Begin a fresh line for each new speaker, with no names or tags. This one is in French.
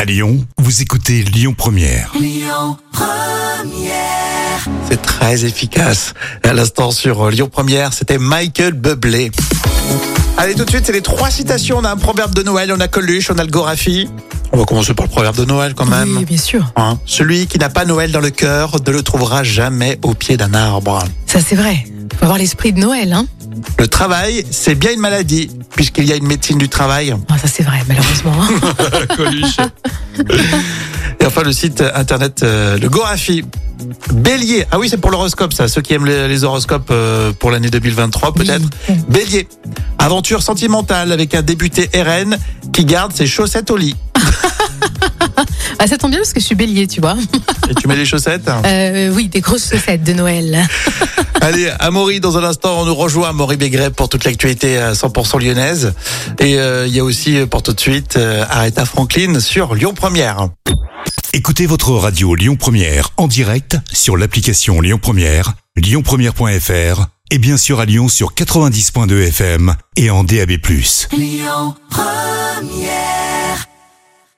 À Lyon, vous écoutez Lyon Première.
C'est très efficace. À l'instant sur euh, Lyon Première, c'était Michael Bublé. Allez tout de suite, c'est les trois citations. On a un proverbe de Noël, on a Coluche, on a le Gorafi. On va commencer par le proverbe de Noël quand même.
Oui, bien sûr.
Hein, Celui qui n'a pas Noël dans le cœur ne le trouvera jamais au pied d'un arbre.
Ça, c'est vrai. Faut avoir l'esprit de Noël, hein.
Le travail, c'est bien une maladie, puisqu'il y a une médecine du travail.
Ah, ça, c'est vrai, malheureusement. hein.
Coluche. Et enfin, le site internet, euh, le Gorafi. Bélier. Ah oui, c'est pour l'horoscope, ça. Ceux qui aiment les, les horoscopes euh, pour l'année 2023, peut-être. Bélier. Aventure sentimentale avec un débuté RN qui garde ses chaussettes au lit.
Ah, ça tombe bien parce que je suis bélier, tu vois.
Et tu mets les chaussettes
Euh, oui, des grosses chaussettes de Noël.
Allez, Amaury, dans un instant, on nous rejoint. Amaury Bégret pour toute l'actualité euh, 100% lyonnaise. Et euh, il y a aussi, euh, pour tout de suite, euh, Aretha Franklin sur Lyon Première.
Écoutez votre radio Lyon Première en direct sur l'application Lyon Première, lyonpremière.fr et bien sûr à Lyon sur 90.2 FM et en DAB+.